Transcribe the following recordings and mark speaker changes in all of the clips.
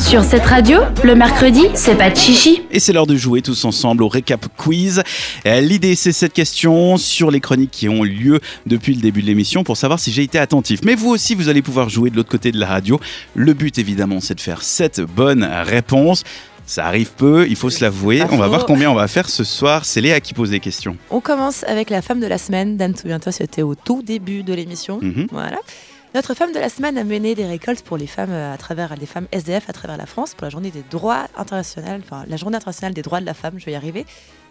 Speaker 1: Sur cette radio, le mercredi, c'est pas de chichi.
Speaker 2: Et c'est l'heure de jouer tous ensemble au récap quiz. Euh, L'idée, c'est cette question sur les chroniques qui ont lieu depuis le début de l'émission pour savoir si j'ai été attentif. Mais vous aussi, vous allez pouvoir jouer de l'autre côté de la radio. Le but, évidemment, c'est de faire 7 bonnes réponses. Ça arrive peu, il faut se l'avouer.
Speaker 3: Pas
Speaker 2: On va
Speaker 3: faux.
Speaker 2: voir combien on va faire ce soir. C'est Léa qui pose les questions.
Speaker 3: On commence avec la femme de la semaine. Dan, souviens-toi, c'était au tout début de l'émission.
Speaker 2: Mhm.
Speaker 3: Voilà. Notre femme de la semaine a mené des récoltes pour les femmes euh, à travers les femmes SDF à travers la France pour la journée des droits internationaux, enfin la journée internationale des droits de la femme, je vais y arriver.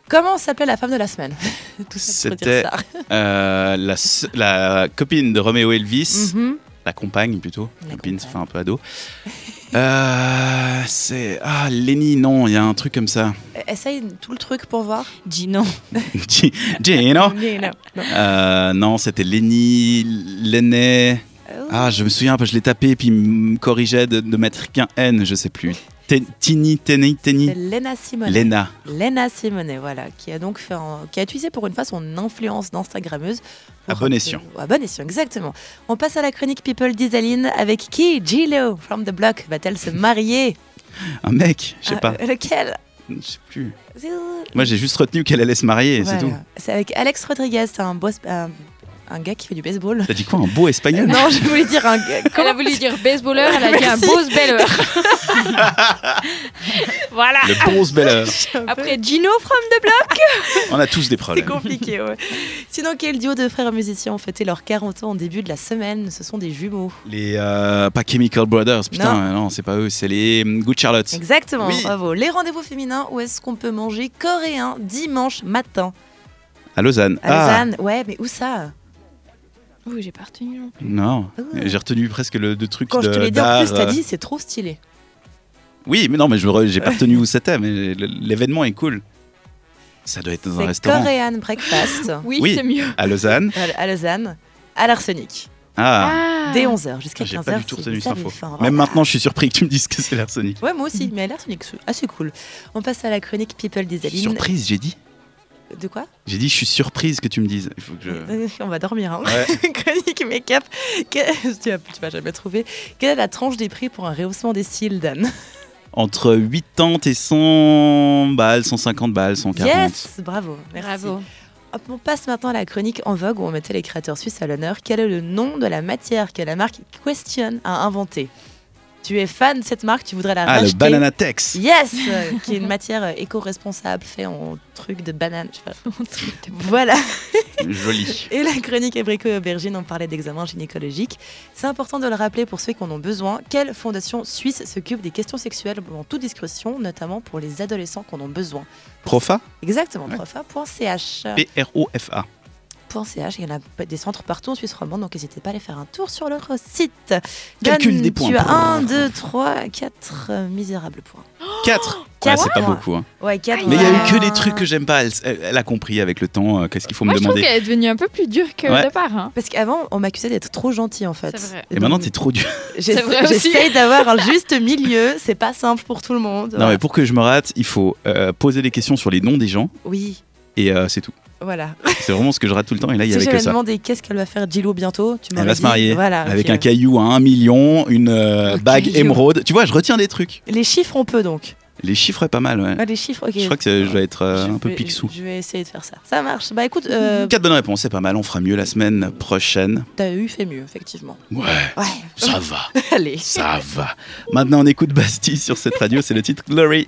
Speaker 3: Comment s'appelait la femme de la semaine Tout ça pour
Speaker 2: C'était-
Speaker 3: dire ça.
Speaker 2: Euh, la, s- la copine de Roméo Elvis,
Speaker 3: Mhm.
Speaker 2: la compagne plutôt,
Speaker 3: La
Speaker 2: copine, ça
Speaker 3: compagne.
Speaker 2: fait un peu ado. Euh, c'est. Ah, Lenny, non, il y a un truc comme ça.
Speaker 3: Euh, Essaye tout le truc pour voir.
Speaker 4: Gino.
Speaker 2: G- Gino
Speaker 3: Gino.
Speaker 2: Euh, Non, c'était Lenny, Lenné. Ah, je me souviens, je l'ai tapé, puis il me corrigeait de, de mettre qu'un N, je sais plus. Te- Tini, Teni, Teni.
Speaker 3: C'est Euh, Lena Simone.
Speaker 2: Lena.
Speaker 3: Lena Simone, voilà, qui a donc fait un- qui a utilisé pour une fois son influence d'instagrammeuse. pour-
Speaker 2: À bon escient.
Speaker 3: Euh, à bon escient, exactement. On passe à la chronique People d'Isaline avec qui Gilo from the block va-t-elle se marier
Speaker 2: Un mec, je sais
Speaker 3: Ah,
Speaker 2: pas.
Speaker 3: euh, Lequel
Speaker 2: Je sais plus. Moi, j'ai juste retenu qu'elle allait se marier, et c'est tout.
Speaker 3: Voilà. C'est avec Alex Rodriguez, c'est un boss, un, un gars qui fait du baseball.
Speaker 2: T'as dit quoi, un beau espagnol
Speaker 3: non, je voulais dire un gars.
Speaker 4: Elle a voulu dire baseballeur, elle a dit un
Speaker 3: Merci.
Speaker 4: beau belleur. voilà.
Speaker 2: Le bon Beller.
Speaker 4: Après Gino from the block.
Speaker 2: On a tous des
Speaker 3: C'est
Speaker 2: problèmes.
Speaker 3: compliqué, ouais. Sinon, quel duo de frères musiciens ont fêté leurs 40 ans en début de la semaine Ce sont des jumeaux.
Speaker 2: Les. euh, pas Chemical Brothers, putain, non, c'est pas eux, c'est les hum, Good Charlotte.
Speaker 3: Exactement,
Speaker 2: Oui.
Speaker 3: bravo. Les rendez-vous féminins, où est-ce qu'on peut manger coréen dimanche matin
Speaker 2: À Lausanne.
Speaker 3: À
Speaker 2: ah,
Speaker 3: Lausanne Ouais, mais où ça
Speaker 4: Ouh, j'ai pas retenu non plus.
Speaker 2: Non.
Speaker 3: Ah.
Speaker 2: J'ai retenu presque le, le truc
Speaker 3: Quand
Speaker 2: de.
Speaker 3: je te l'ai dit, en
Speaker 2: d'art,
Speaker 3: plus, t'as
Speaker 2: euh,
Speaker 3: dit c'est trop stylé.
Speaker 2: Oui, mais non, mais je me re- j'ai pas retenu où c'était, mais le- l'événement est cool. Ça doit être dans un
Speaker 3: C'est
Speaker 2: restaurant.
Speaker 3: Korean Breakfast
Speaker 4: Oui,
Speaker 2: Oui.
Speaker 4: c'est mieux.
Speaker 2: À Lausanne.
Speaker 3: à à Lausanne, à l'Arsenic,
Speaker 2: Ah.
Speaker 3: dès 11h jusqu'à 15h.
Speaker 2: J'ai pas du tout retenu
Speaker 3: si
Speaker 2: cette
Speaker 3: vous avez
Speaker 2: info.
Speaker 3: faim.
Speaker 2: Même maintenant, je suis surpris que tu me dises que c'est l'arsenic.
Speaker 3: Ouais, moi aussi, mais à l'Arsenic, c'est assez cool. On passe à la chronique People
Speaker 2: Je suis
Speaker 3: d'Isaline.
Speaker 2: surprise, j'ai dit.
Speaker 3: De quoi
Speaker 2: J'ai dit, je suis surprise que tu me dises. Il faut que je.
Speaker 3: On va dormir, hein.
Speaker 2: Ouais.
Speaker 3: chronique make-up. Que- Tu, vas, tu vas jamais trouver. Quelle est la tranche des prix pour un rehaussement des cils, Dan
Speaker 2: Entre 80 et 100 balles, 150 balles, 140.
Speaker 3: Yes Bravo, merci.
Speaker 4: Ah, Bravo.
Speaker 3: Hop, on passe maintenant à la chronique en vogue où on mettait les créateurs suisses à l'honneur. Quel est le nom de la matière que la marque Question a inventée Tu es fan de cette marque, tu voudrais la
Speaker 2: Ah,
Speaker 3: racheter
Speaker 2: le banana tex.
Speaker 3: Yes euh, Qui est une matière euh, éco-responsable, fait en truc de banane. je sais pas. Voilà.
Speaker 2: Joli.
Speaker 3: Et la chronique abricot et aubergine, on parlait d'examen gynécologique. C'est important de le rappeler pour ceux qui en ont besoin. Quelle fondation suisse s'occupe des questions sexuelles dans toute discrétion, notamment pour les adolescents qui en ont besoin
Speaker 2: Profa
Speaker 3: Exactement,
Speaker 2: Ouais.
Speaker 3: profa.ch.
Speaker 2: P-R-O-F-A.
Speaker 3: .ch, il y en a des centres partout en Suisse romande, donc n'hésitez pas à aller faire un tour sur leur site.
Speaker 2: Calcul
Speaker 3: Dan,
Speaker 2: des points.
Speaker 3: Tu as 1, 2, 3, 4 euh, misérables points.
Speaker 2: 4.
Speaker 3: Quatre
Speaker 2: c'est pas
Speaker 3: points.
Speaker 2: beaucoup. hein.
Speaker 3: Ouais, 4.
Speaker 2: Mais il y a eu que des trucs que j'aime pas. Elle, elle- elle a compris avec le temps euh, qu'est-ce qu'il faut
Speaker 4: Moi,
Speaker 2: me
Speaker 4: je trouve
Speaker 2: demander.
Speaker 4: qu'elle est devenue un peu plus dure que
Speaker 2: Ouais.
Speaker 4: de part. Hein.
Speaker 3: Parce qu'avant, on m'accusait d'être trop gentil en fait.
Speaker 4: C'est vrai.
Speaker 2: Et maintenant,
Speaker 3: Donc,
Speaker 2: t'es trop dur.
Speaker 3: j'essa-
Speaker 4: C'est vrai aussi.
Speaker 3: J'essaye d'avoir un juste milieu, c'est pas simple pour tout le monde.
Speaker 2: Non, mais pour que je me rate, il faut euh, poser des questions sur les noms des gens
Speaker 3: Oui,
Speaker 2: et euh, c'est tout.
Speaker 3: voilà.
Speaker 2: C'est vraiment ce que je rate tout le temps et là, il y
Speaker 3: Si
Speaker 2: avait que
Speaker 3: j'avais
Speaker 2: ça.
Speaker 3: demandé qu'est-ce qu'elle va faire Gillo bientôt, tu m'aurais
Speaker 2: va
Speaker 3: dit,
Speaker 2: se marier
Speaker 3: Voilà,
Speaker 2: Avec
Speaker 3: Ah, ok.
Speaker 2: un caillou à 1 million, une euh,
Speaker 4: Un
Speaker 2: bague
Speaker 4: caillou.
Speaker 2: émeraude. Tu vois, je retiens des trucs.
Speaker 3: Les chiffres, on peut donc.
Speaker 2: Les chiffres est pas mal, ouais.
Speaker 3: Ah, les chiffres, ok.
Speaker 2: Je crois que euh, je vais être euh,
Speaker 3: Je
Speaker 2: un peu
Speaker 3: vais-
Speaker 2: pixou.
Speaker 3: Je vais essayer de faire ça. Ça marche. Bah écoute, euh,
Speaker 2: Quatre bonnes réponses, c'est pas mal. On fera mieux la semaine prochaine.
Speaker 3: t'as eu fait mieux, effectivement.
Speaker 2: Ouais,
Speaker 3: Ouais,
Speaker 2: ça va,
Speaker 3: allez.
Speaker 2: ça va. Maintenant, on écoute Bastille sur cette radio. C'est le titre Glory.